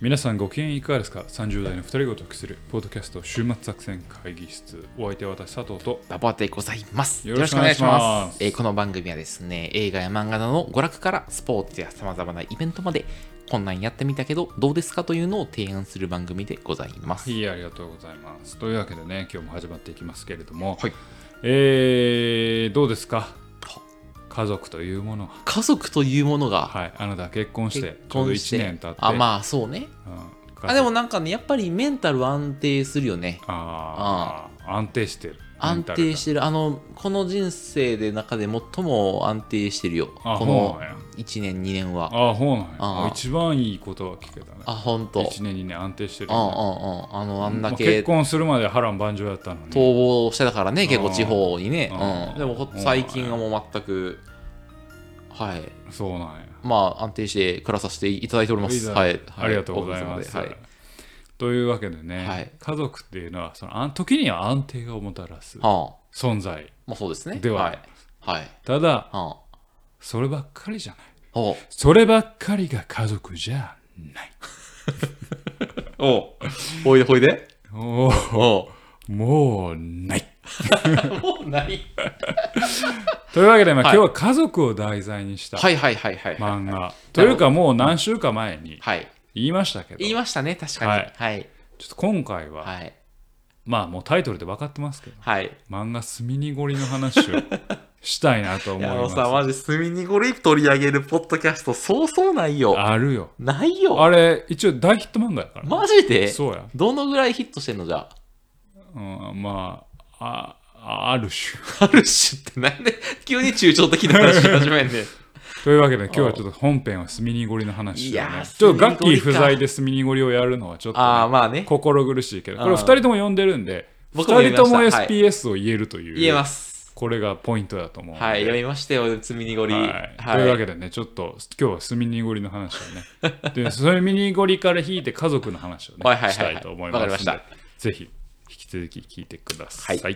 皆さんご機嫌いかがですか ?30 代の2人ごとくするポッドキャスト週末作戦会議室お相手は私佐藤とラボでございます。よろしくお願いしますよろくお願いしえーこの番組はですね、映画や漫画などの娯楽からスポーツや様々なイベントまで、こんなんやってみたけど、どうですかというのを提案する番組でございます。はい、ありがとうございます。というわけでね、今日も始まっていきますけれども、はいえー、どうですかは家族というものは。家族というものがはい、あなたは結婚して結ちょうど婚して、 1年経って。あ、まあそうね。うんあでもなんかね、やっぱりメンタル安定するよね。あー安定してる。安定しててる。あの、この人生で中で最も安定してるよ。あほこうのなんや1年、2年は。ああ、ほうなんやあー一番いいことは聞けたね。あ、ほんと。 1年にね、安定してるうんうよんうね、ん。あの、あんだまあけ結婚するまで波乱万丈やったのに。逃亡してたからね、結う構ん地方にね。うんうん、でもこうん最近はもう全く、はい。そうなんや。まあ、安定して暮らさせていただいておりまいいす。だはい。はありがとうございます。おかげさまではい。というわけでね、はい家族っていうのはそのあ時には安定をもたらすはあ、存在まあそうですね。では、い。はい。ただはあ、そればっかりじゃないおうそればっかりが家族じゃないおうほいでほいで。おーおもうないお。 もうない。というわけで、まあはい今日は家族を題材にしたはいはいはいはい。漫画、というかもう何週か前にはい。言いましたけど、言いましたね、確かに。ははいい。はい。ちょっと今回は、はい。まあもうタイトルで分かってますけどはい。漫画「すみにごり」の話をしたいなと い思いや、あまのすさ、マジ、隅にゴリ取り上げるポッドキャスト、そうそうないよ。あるよないよ。あれ一応大ヒット漫画やからマジでそうや、どのぐらいヒットしてんのじゃあ。うん、まああある種 ある種ってなんで急に抽象的な話し 始めんねん。というわけで今日はちょっと本編はスミニゴリの話いで、ねやー、ちょっとガッキースミニゴ不リか在でスミニゴリをやるのはちょっとね、ああ、まあね。心苦しいけどこれあ2ー人とも呼んでるんで2僕も読人みまとしたもはい SPS を言えるという、言えます。これがポイントだと思うんではい、読みましたよ、つみにごり。はいはというわけい。でねちょっと今日はスミニゴリの話を ねでスミニゴリから引いて家族の話をねはいはいはいはいしたいと思いますんでわかりましぜひ引き続き聞いてください、は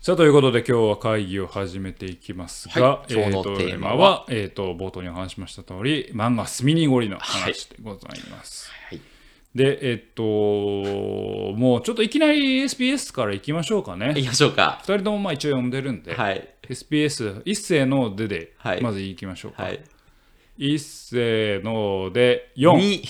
さあということで今日は会議を始めていきますが、はい今日のえーとテーマはえーと冒頭にお話しました通り漫画「スミニゴリ」の話でございます、はいでえっともうちょっといきなり SPS からいきましょうかね行きましょうか2。人ともまあ一応呼んでるんで、はい。 SPS 一斉のでで、はいまずいきましょうか、はい。一斉ので44二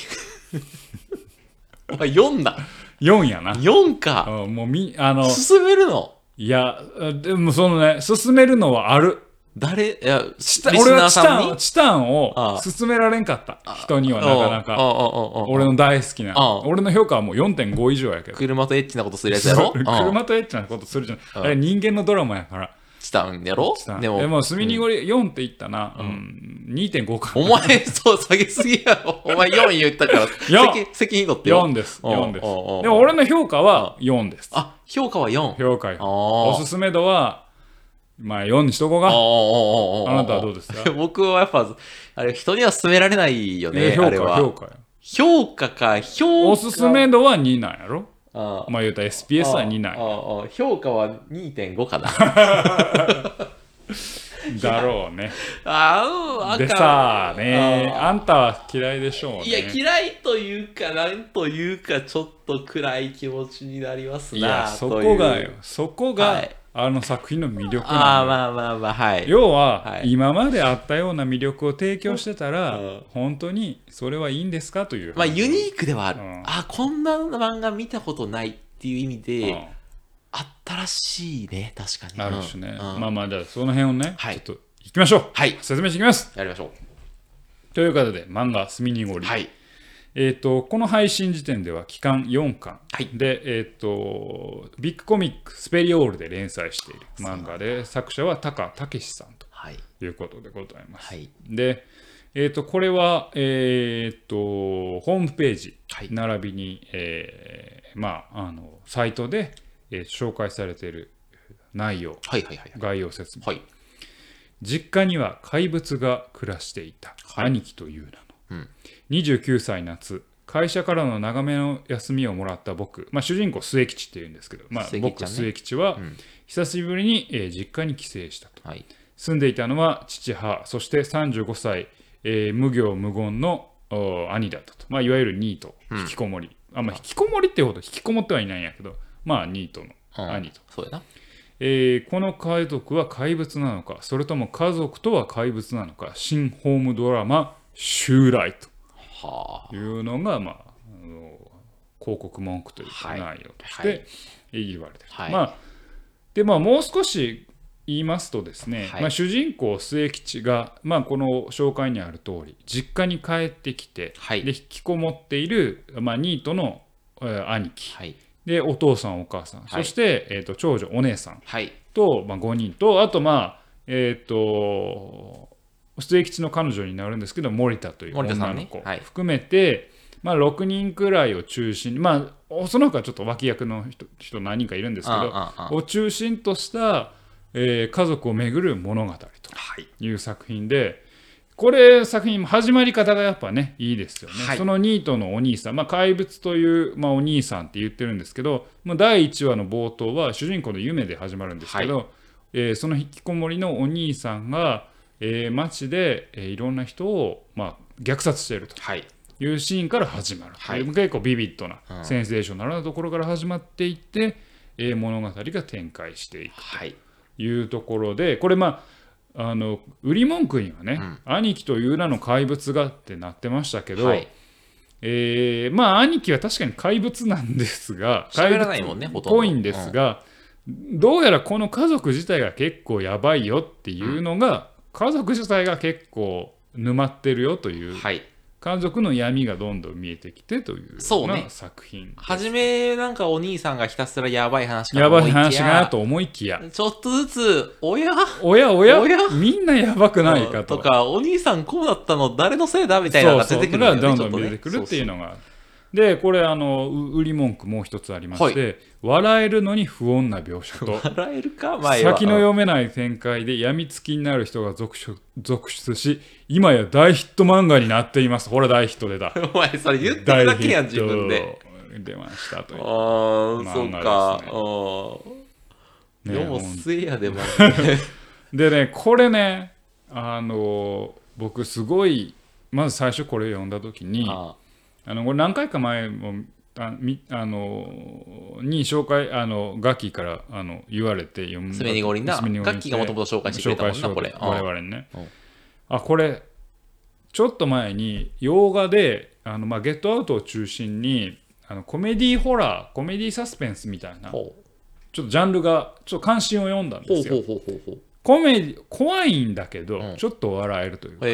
お前、4だ。やな4か。うんもうみあの進めるのいやでもそのね進めるのはある誰いや、し俺はチタンチタンあをあ進められんかった人にはなかなおかうおうおうおう俺の大好きなああ俺の評価はもう4.5以上やけど車とエッチなことするやつやそろううん車とエッチなことするじゃないあれ人間のドラマやからチタンやろチタンででもも、スミニゴリ4って言ったなうん2.5かお前、そう、下げすぎやろ。お前、4言ったから、責責任取ってよ4です。おう4です。おうおうおうでも俺の評価は4です。あ、評価は 4? 評価よあーおすすめ度は、まあ4にしとこうか。あああなたはどうですか 僕はやっぱ、あれ、人には勧められないよえね、評あ価れよ、評は。価よ。評価か、評価。おすすめ度は2なんやろあーまあ言うたら SPS は2なあんーやあー評価は2.5かな。 あだろうね。あ、うん、あかんでさあね、ああんたは嫌いでしょうね。ーいや、嫌いというか、なんというか、ちょっと暗い気持ちになりますいな。やそといこうがよ。、そこはがいあの作品の魅力あなのあ、よ。まあまあまあ、はい。要はは、い今まであったような魅力を提供してたらうん、本当にそれはいいんですかという。まあ、ユニークではある。うんあ、こんな漫画見たことないっていう意味で、うん新しいね、確かに。あるしね、うんうんまあまあじゃあその辺をね、はいちょっと行きましょうはい。説明していきますやりましょということで漫画「すみにごう。り」はい。えー、とこの配信時点では期間4巻、はいで、えー、とビッグコミック「スペリオール」で連載している漫画で作者は高武さんとはい。いうことでございます、はい。で、えー、とこれは、えー、とホームページはい並びに、えーまあ、あのサイトで、えー紹介されている内容はいはいはい。概要説明はい。実家には怪物が暮らしていた、兄貴という名の、29歳夏会社からの長めの休みをもらった僕、まあ、主人公末吉っていうんですけど、まあ末吉ちゃ僕んね末吉はん久しぶりに、えー実家に帰省したとはい。住んでいたのは父母そして35歳、えー無業無言のお兄だったと、まあ、いわゆるニートうん引きこもり、あまあ、引きこもりってほど引きこもってはいないんやけどまあニートのうん兄と、そうやな。えーこの家族は怪物なのかそれとも家族とは怪物なのか新ホームドラマ「襲来」はあ。というのが、まあ、あの広告文句というかはい内容としはいて言われてる、はいまあ、でまあもう少し言いますとですね、はいまあ、主人公末吉が、まあ、この紹介にある通り実家に帰ってきて、はいで引きこもっている、まあ、ニートの、えー兄貴はい。でお父さんお母さん、はいそして、えー、と長女お姉さんはい。と、まあ、5人とあとまあえっ、と末吉の彼女になるんですけど森田という森女田さんのね子はい含めて、まあ、6人くらいを中心にまあその他ちょっと脇役の人人何人かいるんですけどああああを中心とした、えー家族をめぐる物語とはい。いう作品でこれ作品も始まり方がやっぱねいいですよね、はいそのニートのお兄さん、まあ、怪物という、まあ、お兄さんって言ってるんですけど、まあ、第1話の冒頭は主人公の夢で始まるんですけど、えーその引きこもりのお兄さんが、えー街で、えーいろんな人を、まあ、虐殺しているとはい。いうシーンから始まるとはいいう、結構ビビッドな、うんセンセーショナルなところから始まっていって、えー物語が展開していく。はい。いうところでこれまああの売り文句にはね「兄貴という名の怪物が」ってなってましたけど、はいえーまあ兄貴は確かに怪物なんですが怪喋物らないもんね、ほとんど。。ぽいんですが、どうやらこの家族自体が結構やばいよっていうのが、家族自体が結構沼ってるよといううんはい。家族の闇がどんどん見えてきてというそよううねな作品です。初め、なんかお兄さんがひたすらやばい話かやと思ばきい話がと思いきや、ちょっとずつ、おやおやおやおやみんなやばくないかと。とか、お兄さんこうだったの、誰のせいだみたいなのが出てくるよねそうそうそれがどんちどょんと出ねてくるっていうのが。で、これ、あの、う売り文句もう一つありまして、笑えるのに不穏な描写と そ、うそう笑えるか、前は。先の読めない展開で病みつきになる人が続出続出し、今や大ヒット漫画になっています。ほら、大ヒット 出た。うん。お前、それ言ってる大だヒけやん、ッ自分で。ト出ましたとあいあう。ー、そうか。漫うん。ねでも、ほんすえやで、マジで。でねこれねあの僕すごいまず最初これ読んだ時にあ あのこれ何回か前もあみあのに紹介あのガッキーからあの言われて読むスメニゴリンなガッキーが元々紹介してくれたもんなこれ我々にねうんあこれちょっと前に洋画であの、まあ、ゲットアウトを中心にあのコメディホラーコメディサスペンスみたいあなちょっほうとジャンルがちょっと関心を読んだんですほようほうほうほうほう。コメディ怖いんだけど、うんちょっと笑えるというか、へ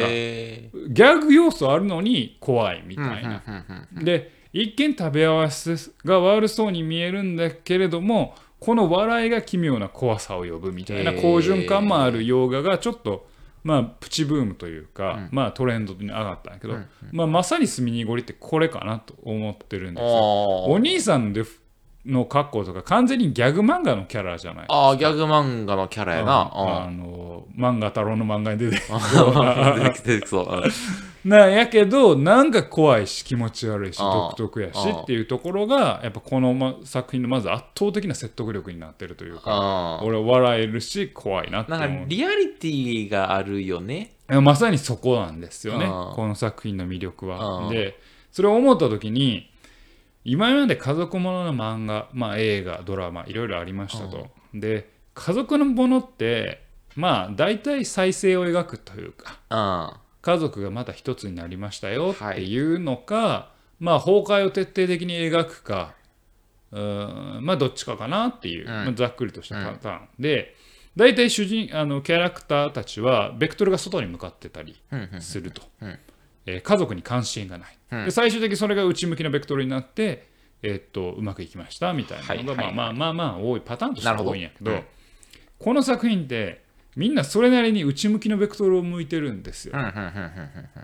え。ギャグ要素あるのに怖いみうんうんたいな。うんうんで一見食べ合わせが悪そうに見えるんだけれどもこの笑いが奇妙な怖さを呼ぶみたいなへー好循環もある洋画がちょっと、まあ、プチブームというか、まあ、トレンドに上がったんだけど、うんまあ、まさに「スミニゴリ」ってこれかなと思ってるんあですよ。おー兄さんのデフの格好とか完全にギャグ漫画のキャラじゃないあー、ギャグ漫画のキャラやな。ああの漫画太郎の漫画に出てあー 出てきて出てきそう。 うんなんやけどなんか怖いし気持ち悪いしあー独特やしあーっていうところがやっぱこの、ま、作品のまず圧倒的な説得力になってるというかあー俺は笑えるし怖いなってなん思かういリアリティがあるよね。やまさにそこなんですよねあーこの作品の魅力あはーでそれを思った時に今まで家族ものの漫画、まあ、映画ドラマいろいろありましたとで家族のものってまあ大体再生を描くというかあ家族がまた一つになりましたよっはていいうのか、まあ崩壊を徹底的に描くかうーんまあどっちかかなっていう、うんまあざっくりとしたパターン、で大体主人あのキャラクターたちはベクトルが外に向かってたりうんうんすると、うんえー家族に関心がない、うんで最終的にそれが内向きなベクトルになって、えーっとうまくいきましたみたいなのが、はいはいまあまあまあまあ多いパターンとしてなるはほど多いんやけどうんこの作品ってみんなそれなりに内向きのベクトルを向いてるんですようんうんうんうん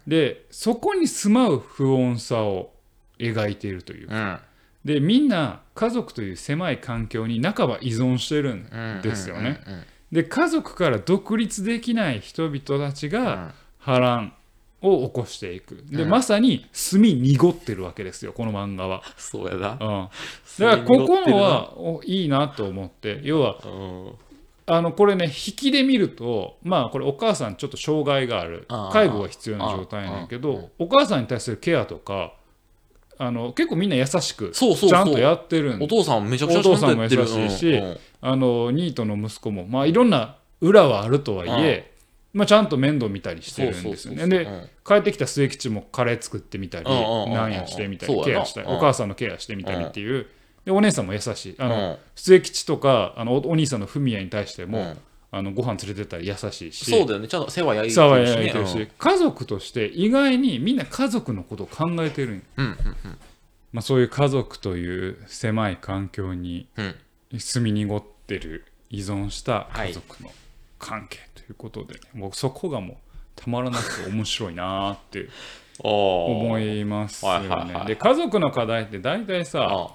でそこに住まう不穏さを描いているといううんうんでみんな家族という狭い環境に半ば依存してるんうんですよね。うんうんで家族から独立できない人々たちうがん波乱を起こしていくでうんまさに墨濁ってるわけですよこの漫画は、そうやなう。ん、だ からここのはおいいなと思って要はうん、あのこれね引きで見るとまあこれお母さんちょっと障害があるあー介護が必要な状態なんやけあーあーどお母さんに対するケアとかあの結構みんな優しくそうそうそうちゃんとやってるんでお父さんめちゃくちゃちゃんとやってるお父さんも優しいしうんうんあのニートの息子もまあいろんな裏はあるとはいえまあちゃんと面倒見たりしてるんですよね。でうん帰ってきた末吉もカレー作ってみたり、うんうんうんうんなんやしてみたり、そうケやなアしたり、うんお母さんのケアしてみたりっていう、でお姉さんも優しい、あのうん末吉とかあのおお兄さんの文也に対しても、うんあのご飯連れてったり優しいし、そうだよねちゃんと世話焼いて世話るし焼ねいてるし、家族として意外にみんな家族のことを考えてるんようんうんまあ、そういう家族という狭い環境にうんうん住み濁ってる依存した家族の関係ということで、もうそこがもうたまらなくて面白いなーって いう。思思いますよね、はいはいはいで家族の課題って大体さ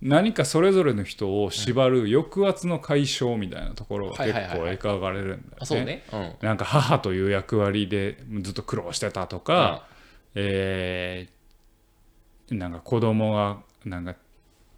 何かそれぞれの人を縛る抑圧の解消みたいなところがはい結はいはい構描かれるんだよね。そうねうんなんか母という役割でずっと苦労してたとか、えーなんか子供がなんか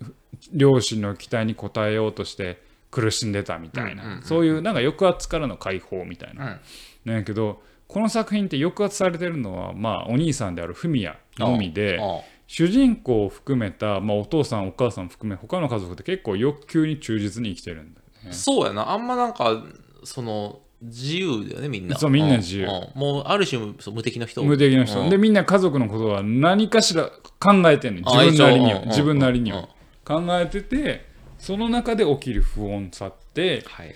ふ両親の期待に応えようとして苦しんでたみたいな、うんうんうんうんそういうなんか抑圧からの解放みたいなう、んなんやけどこの作品って抑圧されてるのは、まあ、お兄さんであるフミヤのみでうん主人公を含めた、まあ、お父さんお母さん含め他の家族って結構欲求に忠実に生きてるんだよね。そうやなあんまなんかその自由だよねみんなそうみんな自由うんもうある種そう無敵の人無敵の人、うんでみんな家族のことは何かしら考えてんのあ自分なりに一応はうん自分なりにうんは考えててその中で起きる不穏さってはい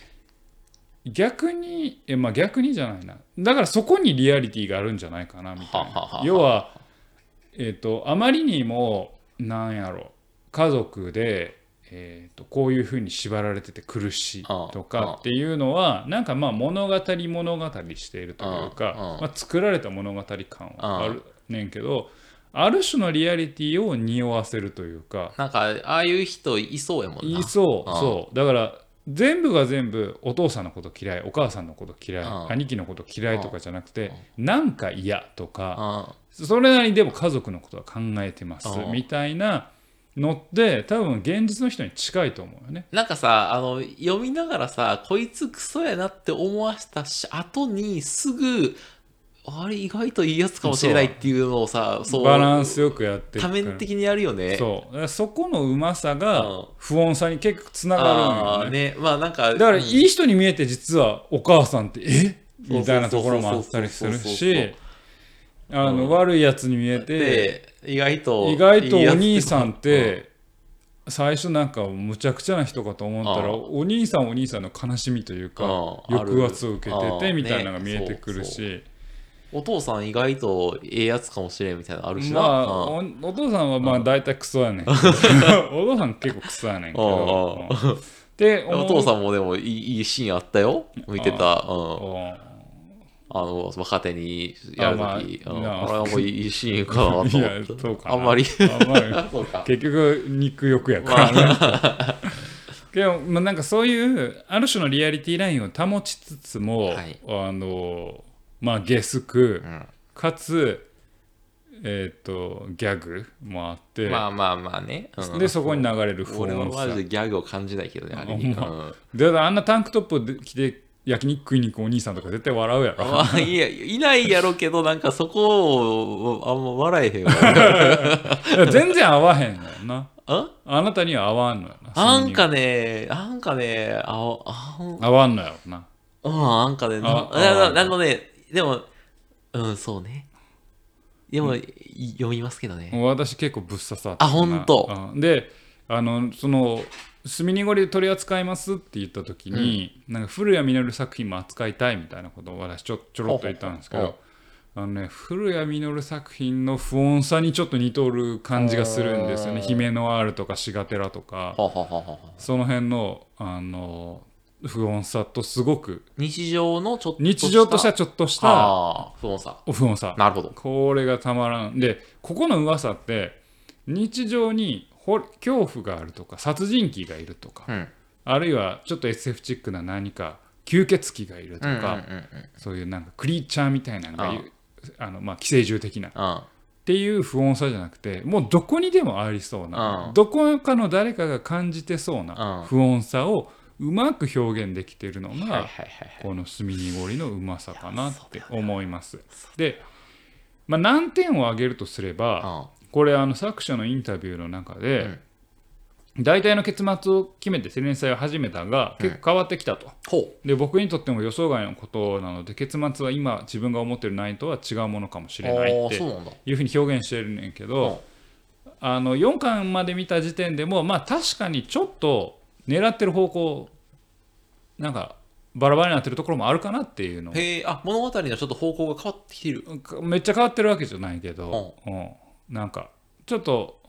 逆にえ、まあ、逆にじゃないなだからそこにリアリティがあるんじゃないかなみたいはははなは要は、えっとあまりにもなんやろ家族で、えっとこういうふうに縛られてて苦しいとああかっていうのはなんかまあ物語物語しているというかああまあ、作られた物語感はあるねんけどある種のリアリティを匂わせるというかなんかああいう人いそうやもんな言いそうああそうだから全部が全部お父さんのこと嫌いお母さんのこと嫌いああ兄貴のこと嫌いとかじゃなくてなんか嫌とかあそれなりにでも家族のことは考えてますああみたいなのって多分現実の人に近いと思うよね。なんかさあの読みながらさこいつクソやなって思わしたし後にすぐあれ意外といいやつかもしれないっていうのをさそうバランスよくやってる多面的にやるよねそうだからそこのうまさうがん不穏さに結構つながるんあよあね。ねまあなんかだからういんい人に見えて実はお母さんってえみたいなところもあったりするそうそうそうそうそうしあの悪いやつに見えてで意外と意外とお兄んさんって最初なんかむちゃくちゃな人かと思ったらああお兄さんお兄さんの悲しみというかああ抑圧を受けあてるああてねみたいなのが見えてくるそしお父さん意外とええやつかもしれんみたいなのあるしな、まあうんおお父さんはまあ大体クソやねんお 父さん結構クソやねんけどあうんでお父さんんもでもいいいいシーンあったよ見てたうん、あの若手にやるとき、あまああうん、なああれはもういいシーンかなと思っ ていやそうかなあんまり あんまりそうか結局肉欲やからね。 でもまあなんかそういうある種のリアリティラインを保ちつつも、はいあのまあゲスく、んかつえっ、とギャグもあって、まあまあまあね、うんでそこに流れる不俺は穏マジさでギャグを感じないけどねあれあに、うん、ほんままであんなタンクトップで着て焼肉食いに行くお兄さんとか絶対笑うやろ あいやいないやろうけどなんかそこをあんま 笑えへんわいや全然合わへんのよなああなたには合わんのよななんかね、なんかね、あ、あ、うん、合わんのやろななんかね、なああななあのね、でも、うん、そうね。でも、い読みますけどね。私結構ぶっ刺さったなあほんとうんであのその「すみにごりで取り扱います」って言った時に、なんか古谷実作品も扱いたいみたいなことを私ちょちょろっと言ったんですけほうほどあのね古谷実作品の不穏さにちょっと似とる感じがするんですよね「あー姫のアール」とか「シガテラ」とかははははその辺のあの不穏さとすごく日常のちょっと日常としてはちょっとしたああ、不穏さ。不穏さなるほど。これがたまらんでここの噂って日常にほ恐怖があるとか殺人鬼がいるとか、うん。あるいはちょっと SF チックな何か吸血鬼がいるとうか、ん。うん。うん。そういうなんかクリーチャーみたいなのがいるあのまあ寄生獣的なっあていう不穏さじゃなくてもうどこにでもありそうな、うんどこかの誰かが感じてそううなん不穏さをうまく表現できてるのはいはいがはいはい。この隅濁りのうまさかなって思いますそ。で、まあ、難点を挙げるとすればあこれあの作者のインタビューの中うでん大体の結末を決めて連載を始めたがうん結構変わってきたと。ほで僕にとっても予想外のことなので結末は今自分が思ってる内容とは違うものかもしう。れないあっーてそうなんだ。いうふうに表現してるねんけど、あの4巻まで見た時点でもまあ確かにちょっと狙ってる方向なんかバラバラになってるところもあるかなっていうのうんへえ、あ、物語のちょっと方向が変わってきてる。かめっちゃ変わってるわけじゃないけど、うんなんかちょっと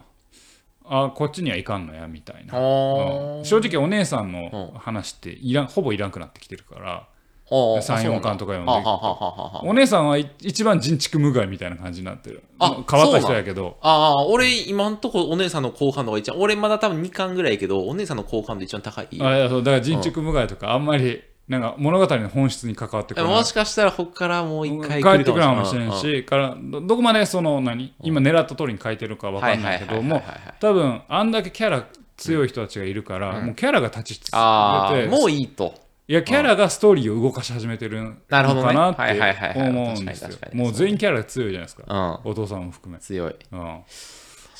あこっちにはいかんのやみたいあな、ーうん正直お姉さんの話っていらんほぼいらんくなってきてるからあー。 34巻とか読んあはではははは。お姉さんはい一番人畜無害みたいな感じになってるあもう変わった人やけどああ、俺、今んとこお姉さんの好感度が一番、俺まだ多分2巻ぐらいやけど、お姉さんの好感度一番高い。あいやそうだから人畜無害とかあんまりなんか物語の本質に関わってこないもしかしたら、ここからもう一回帰ってくるかもしれんうんし、からどどこまでその何今狙った通りに書いてるかわかんないけどもはいはいはいはいはいはい、多分あんだけキャラ強い人たちがいるから、うんもうキャラが立ちあ続けあ、て、もういいと。いやキャラがストーリーを動かし始めてるのなるほどねかなっはいはいはていはい思うんですよ確かに確。かにもう全員キャラが強いじゃないですか、うん。お父さんも含め。強い。うん、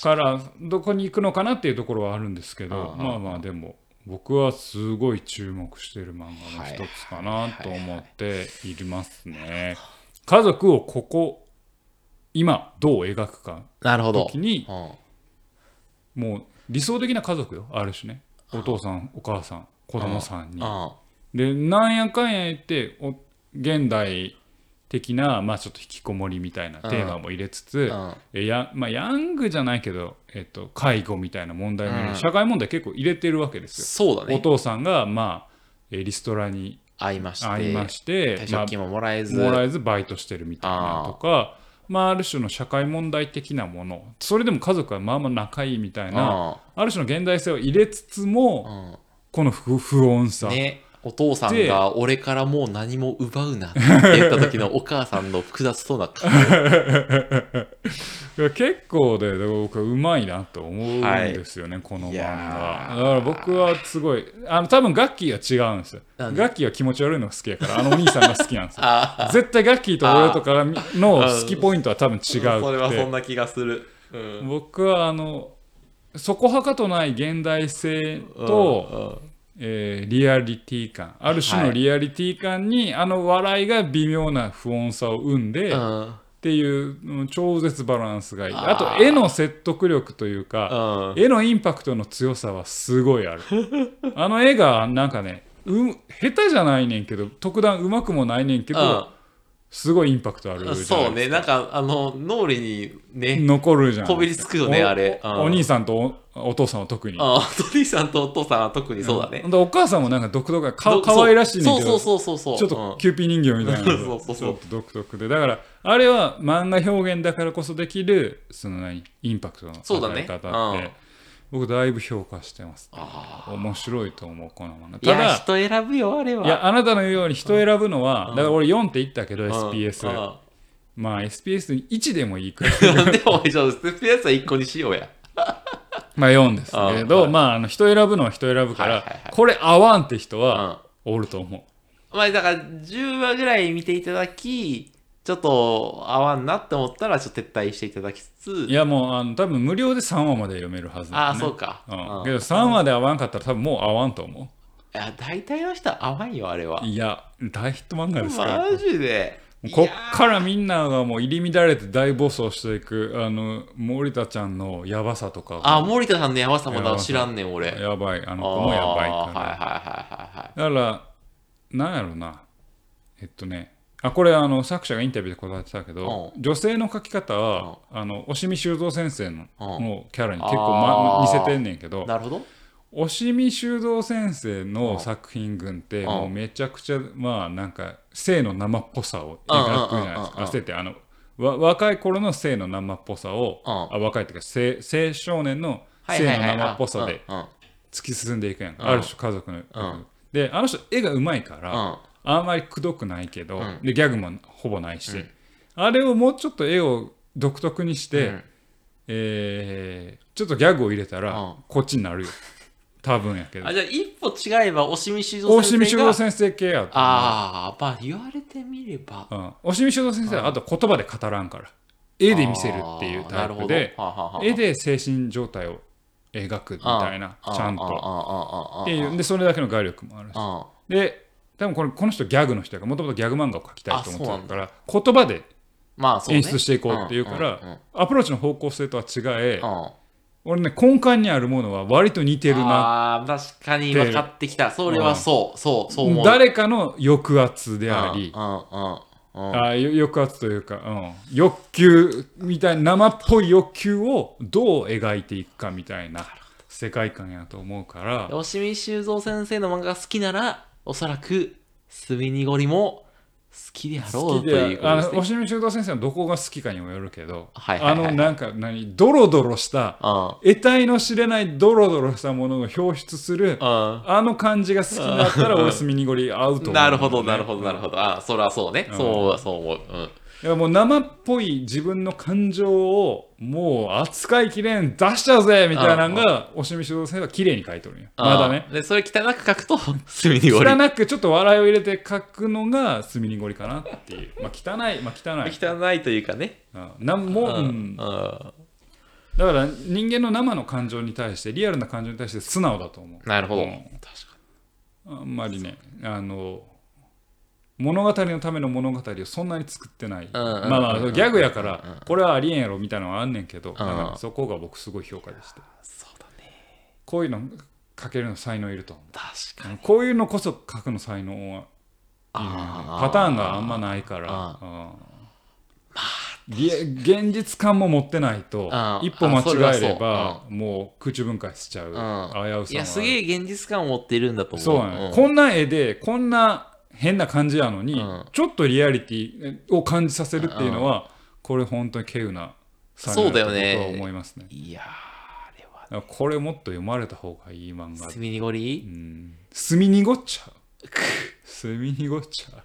からどこに行くのかなっていうところはあるんですけど、うんまあまあでも僕はすごい注目してる漫画の一つかなと思っていますね。家族をここ今どう描くかなるほど。時にうんもう理想的な家族よある種ねお父さんお母さん子供さんに。あでなんやかんや言ってお現代的な、まあ、ちょっと引きこもりみたいなテーマも入れつつ、あえやまあ、ヤングじゃないけど、えっと、介護みたいな問題も入れうん社会問題結構入れてるわけですそうだよ。おね。父さんが、まあ、えーリストラに会いまして。会いまして、退まあ職金ももらえず。もらえずバイトしてるみたいなとかまあ、ある種の社会問題的なものそれでも家族はまあまあ仲いいみたいなある種の現代性を入れつつうもんうんこの不不穏さ、ね。お父さんでが俺からもう何も奪うなって言った時のお母さんの複雑そうな 顔。いや結構でで僕はうまいなと思うんですよね、この漫い画だやーから僕はすごいあの多分ガッキーは違うんですよなガんでッキーは気持ち悪いのが好きやからあのお兄さんが好きなんですよ あ絶対ガッキーと俺とかの好きポイントは多分違うーそれはそんってな気がする。うん。僕はあのそこはかとない現代性と、と、えーリアリティ感ある種はのいリアリティ感に、あの笑いが微妙な不穏さを生んで、うん。っていううん超絶バランスがいいああーと絵の説得力というかうん。絵のインパクトの強さはすご いあるあの絵がなんかねう下手じゃないねんけど特段うまくもないねんけどすごいインパクトあるじゃう。なんいですかそうね。なんか、あの、脳裏にね、残るじゃんこびりつくよね、あれ。うんおお兄さんとおお父さんは特にあーお父さんとお父さんは特にそうだねほ。んでお母さんもなんか独特な顔ど可愛らしいねんけどそうそうそうそうちそょう。っうんとキューピー人形みたいなのがそうそうそうちょっと独特でだからあれは漫画表現だからこそできるその何インパクトのそうだ与ねえ方って、うん僕だいぶ評価してますあ面白いと思うこの漫画ーいただや、人選ぶよ、あれは。いやあなたの言うように人選ぶのは、うんだから俺4って言ったけど、うん、 SPS、うんまあ SPS に1でもいいくらい でも、じゃあ、SPS は1個にしようや。まあ4ですけど、うんまああの人選ぶのは人選ぶから、はいはいはいこれ合わんって人うん。はまおると思うあ、だから、10話ぐらい見ていただき、ちょっと合わんなって思ったら、ちょっと撤退していただきつつ、いやもうあの多分無料で3話まで読めるはずだあよあ、ねそうか。うんうんけど3話で合わんかったら多分もう合わんと思いや、大体の人は合わんよ、あれはう。いや大ヒット漫画ですからマジで。こっからみんながもう入り乱れて大暴走していくあの森田ちゃんのやばさとかあ、森田さんのやばさまだ知らんねん、俺。あやばいあのー子もやばいはいはいかはいはいはらだかい。らなんやろなえっとねあこれあの作者がインタビューで答えてたけど、女性の描き方は、あの押見修造先生の,、うんのキャラに結構、あま、ー似せてんねんけどなるほど。押見修造先生うんの作品群ってんもうめちゃくちゃまあなんか性の生っぽさを描くじゃないですうんうんうんうんうかんあ性ってあのわ若い頃の性の生っぽさをうんあ若いっていうか性青少年のはい性はのいはい生っぽさで。うんうん突き進んでいくやんかうんある種家族のんであの人絵がうまいからうんあんまりくどくないけどうんでギャグもほぼないしうんあれをもうちょっと絵を独特にしうてんえーちょっとギャグを入れたうんらこっちになるよ多分やけどあじゃあ一歩違えば押見修造大先清生修が道先生系やとああまあ言われてみればうん、大清修道先生はあと言葉で語らんから絵で見せるっていうタイプであーなるほどはあはあはあ絵で精神状態を描くみたいなあーちゃんあーとあーあーあーっていうでそれだけの概力もあるしあで多分このこの人ギャグの人がもともとギャグ漫画を描きたいと思ってたから言葉でーまあそうね演出していこうっていうからうんうんうんアプローチの方向性とは違えうん俺ね根幹にあるものは割と似てるなああー確かに分かってきたそれはそうそうそう思う誰かの抑圧でありうんうんうんうんあよ抑圧というか、うん、欲求みたいな生っぽい欲求をどう描いていくかみたいな世界観やと思うから押見修造先生の漫画が好きならおそらく墨濁りも好きであろ好うきとでいうことあですのね押見修道先生のどこが好きかにもよるけど、はいはいはいあのなんか何ドロドロしたうん得体の知れないドロドロしたものを表出するうあの感じが好きだったらお墨濁り合うと思うんんだなよね、るほどなるほどなるほどあそれはそうねうんそうそう思ううんいやもう生っぽい自分の感情をもう扱いきれん出しちゃうぜみたいなのが押見修道先生は綺麗に書いとるんやまだねうんでそれ汚く書くと 墨濁り汚くちょっと笑いを入れて書くのが墨濁りかなっていうまあ汚いまあ汚い、汚いというかねうん、なんもう、うんんうんだから人間の生の感情に対してリアルな感情に対して素直だと思うなるほどう確んかあんまりねあの物語のための物語をそんなに作ってない、うんうんうんうんまあまあギャグやからこれはありえんやろみたいなのはあんねんけど、うんなんかそこが僕すごい評価でしたにそうだねこういうの書けるの才能いると思確かうにこういうのこそ書くの才能はいいのよねあーパターンがあんまないからあうんげ現実感も持ってないとあー一歩間違えれあばもう空中分解しちゃう危うさもあるいやすげえ現実感を持ってるんだと思うそうやねんこんな絵でこんな変な感じやのに、うんちょっとリアリティを感じさせるっていうのは、これ本当に稀有な才そう能だだとよ僕ねは思いますねいやーあれはだからこれもっと読まれた方がいい漫画墨濁うりん墨濁っちゃう墨濁っちゃ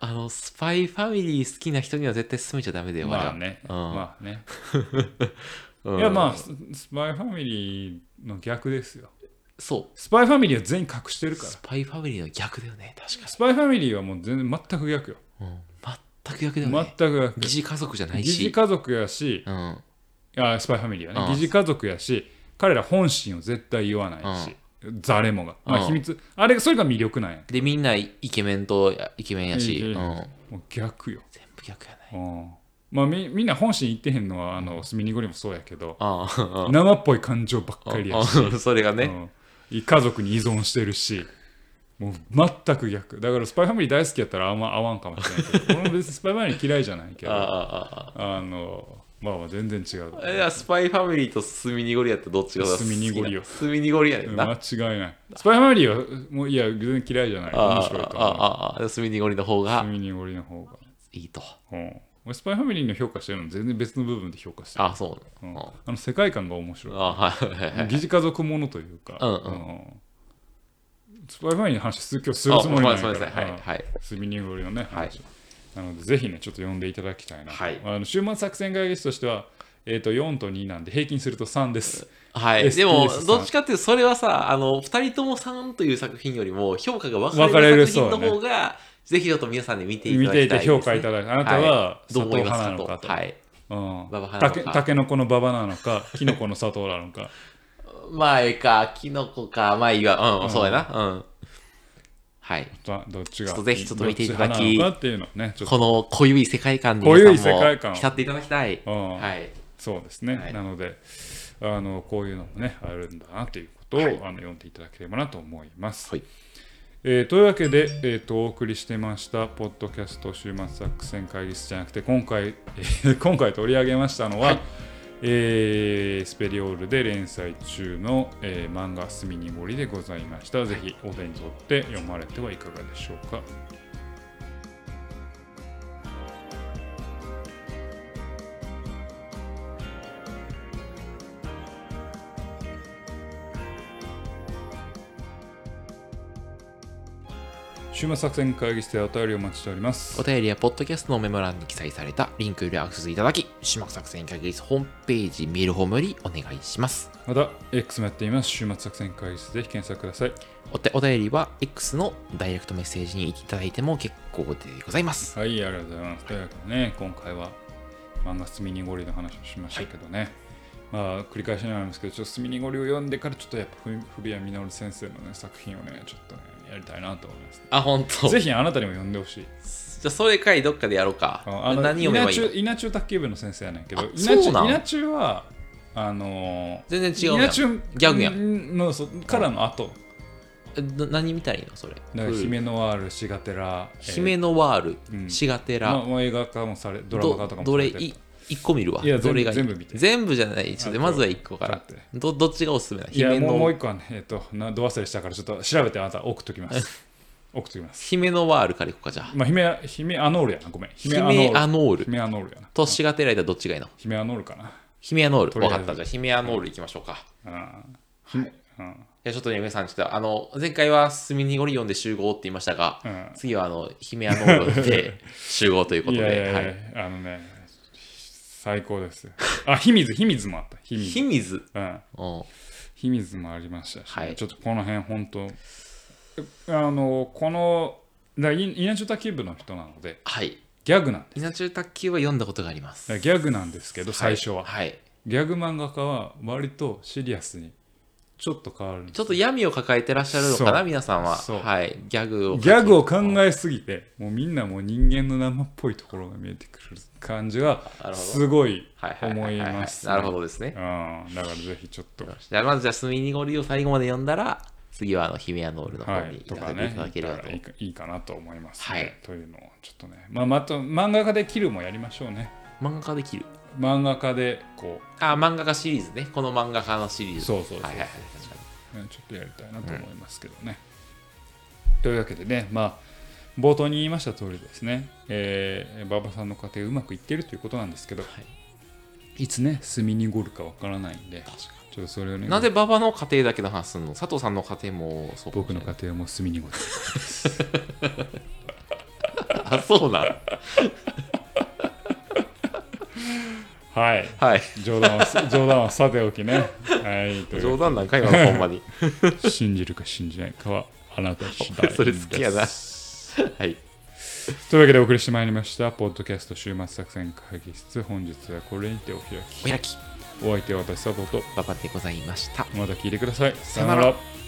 あのスパイファミリー好きな人には絶対進めちゃダメだうよまああれね、うんまあね、 はうんいやまあススパイファミリーの逆ですよそうスパイファミリーは全員隠してるからスパイファミリーの逆だよね確かスパイファミリーはもう全然全く逆よに、うん、全く逆だよ全ねく逆疑似家族じゃな疑い似し家族やし、うんあスパイファミリーはうねん疑似家族やし彼ら本心を絶対言わないし、誰もが、まうんあ、秘密あれそれが魅力なんやでみんなイケメンとやイケメンやし、イケうメんン、もう逆よ、全部逆やないうんまあ、みみんな本心言ってへんのはあのスミニゴリもそうやけどああ生っぽい感情ばっあかりやし、あそれがね、うん家族に依存してるしもう全く逆だからスパイファミリー大好きやったらあんま合わんかもしれない けど俺も別にスパイファミリー嫌いじゃないけああどあああのまあまあ全然違うあいやスパイファミリーとスミニゴリやったらどっちが好きなスミニゴリよスミニゴリやねんな、間違いない。スパイファミリーは、もういや、全然嫌いじゃない。ああ面白いと思う。ああああスミニゴリの方スがミニゴリの方が。いいとうん俺スパイファミリーの評価してるの全然別の部分で評価してる。ああそううなの、んうんあの世界観が面白い。あはいはいはい。疑似家族ものというか。うんううんスパイファミリーの話す今日するあつもりないすみまかせん。はいら。うんはい。スミニゴリのね、はい話をなので、ぜひね、ちょっと読んでいただきたいな。はいあの週末作戦会議室としては、えっと、4と2なんで、平均すると3です。はい、 SPS でもさんどっちかっていうとそれはさあの2人とも3という作品よりも評価が分分かかれれるる作品のそうね方が、ぜひちょっと皆さんで見ていた見だきたていいです、てね、評価いただく。あなたは、ど佐う思藤いま派すなかのとかと。はいうんババハなたのかけたけのこのババなのか、きのこの砂糖なのか。まあええかキノコかまあいいわうん、うんそうやなうんはいどどっちがちょっとぜひちょっと見ていただきどっち派なのかっていうのね、ちょっと、この濃ゆい世界観に濃ゆい皆さんも世界観を浸っていただきたい、うんはいそうですね、はいなのであの、こういうのもね、あるんだなということを、はあいの読んでいただければなと思います。はいえーというわけで、えーとお送りしてました、ポッドキャスト週末作戦会議室じゃなくて、今回、えー今回取り上げましたのは、はいえースペリオールで連載中の、えー漫画「墨濁り」でございました。ぜひお手に取って読まれてはいかがでしょうか。週末作戦会議室でお便りをお待ちしておりますお便りやポッドキャストのメモ欄に記載されたリンクよりアクセスいただき、島作戦会議室ホームページメールフォームよりお願いします。また X もやっています週末作戦会議室ぜひ検索くださいお手お便りは X のダイレクトメッセージにいただいても結構でございます。はいありがとうございますというわけでね今回は漫画「スミニゴリ」の話をしましたけどね、まあ繰り返しになるんですけどちょっと「スミニゴリ」を読んでからちょっとやっぱふ古谷実先生のね作品をねちょっとねやりたいなと思いますあ、本当。じぜひ あなたにも読んでほしいゃあ、それかいどっかでやろうか。あの何読めばいい稲の中稲中卓球部の先生やねんけどあ稲中そうなん稲中はあのー全然違う稲やん。中ギャグやんのそうからの後えど何見たらいいのそれ。だから古い姫ノワールシガテラえー姫のワール、うんシガテラ、まあまあ映画化もされドラマ化とかどもどされれてい一個見るわ。いや全部どれがいい全部見て全部じゃない。ちょっとあまずは一個かだらっ。てどどっちがおすすめだいや姫もうもうの一個はねえっとなど忘れしたからちょっと調べてあなた送っときます 送っときます姫のワールからいこうかじゃあ。まあ姫姫アノールやなごめん姫アノール。姫アノールやなとシガテラいたらどっちがいいの姫アノールかな姫アノーとル。りあわえずかった。じゃあ姫アノールいきましょうか。うん姫うんいや、ちょっとね、皆さん、ちょっと、あの、前回はスミニゴリオンで集合って言いましたが、うん次は、あの、姫アノー ルで集合ということいで、やいやいや、はい。あのね最高ですよあ秘密秘密もあった秘密秘密。うん。うん、は秘密もありましたし、はいちょっとこの辺本当あのこのだからい稲中卓球部の人なのでい。ギャグなんです稲中卓球は読んだことがあります。だからギャグなんですけど最初は、はい。はいギャグ漫画家は割とシリアスにちょっと変わるんですちょっと闇を抱えてらっしゃるのかそな、う皆さんは。そうはい。ギャグを。ギャグを考えすぎてもうみんなもう人間の生っぽいところが見えてくる感じがなるほどすごいはいははは思はいます、なるほどですね。うんだからぜひちょっとじゃあ、まず、じゃあ、スミニゴリオン最後まで読んだら、次は、あの、姫アノールの方はいに、と行かかせていねただければと。いいかいいかなと思います、ねはいというのをちょっとね、まあ、また漫画家でキルもやりましょうね漫画家できる。漫画家でこあ、漫画家シリーズね。この漫画家のシリーうズ。そうそうそう、はいはいはい。確かにねちょっとやりたいなと思いますけどね、というわけでねまあ冒頭に言いました通りですね、えー、馬場さんの家庭うまくいってるということなんですけど、、はいつね隅に濁るかわからないんで確かちょっとそれをねなぜ馬場の家庭だけの話すんの佐藤さんの家庭もそうかも僕しれのない家庭も隅に濁るあ、そうなのはい はい。 冗談は冗談はさておきねはいという冗談なんか今のほんまに。信じるか信じないかはあなた次第です それ好きやなはい。というわけでお送りしてまいりましたポッドキャスト週末作戦会議室本日はこれにてお開おき開き、お相手は私サポート馬場でございました。また聞いてくださいさよならよ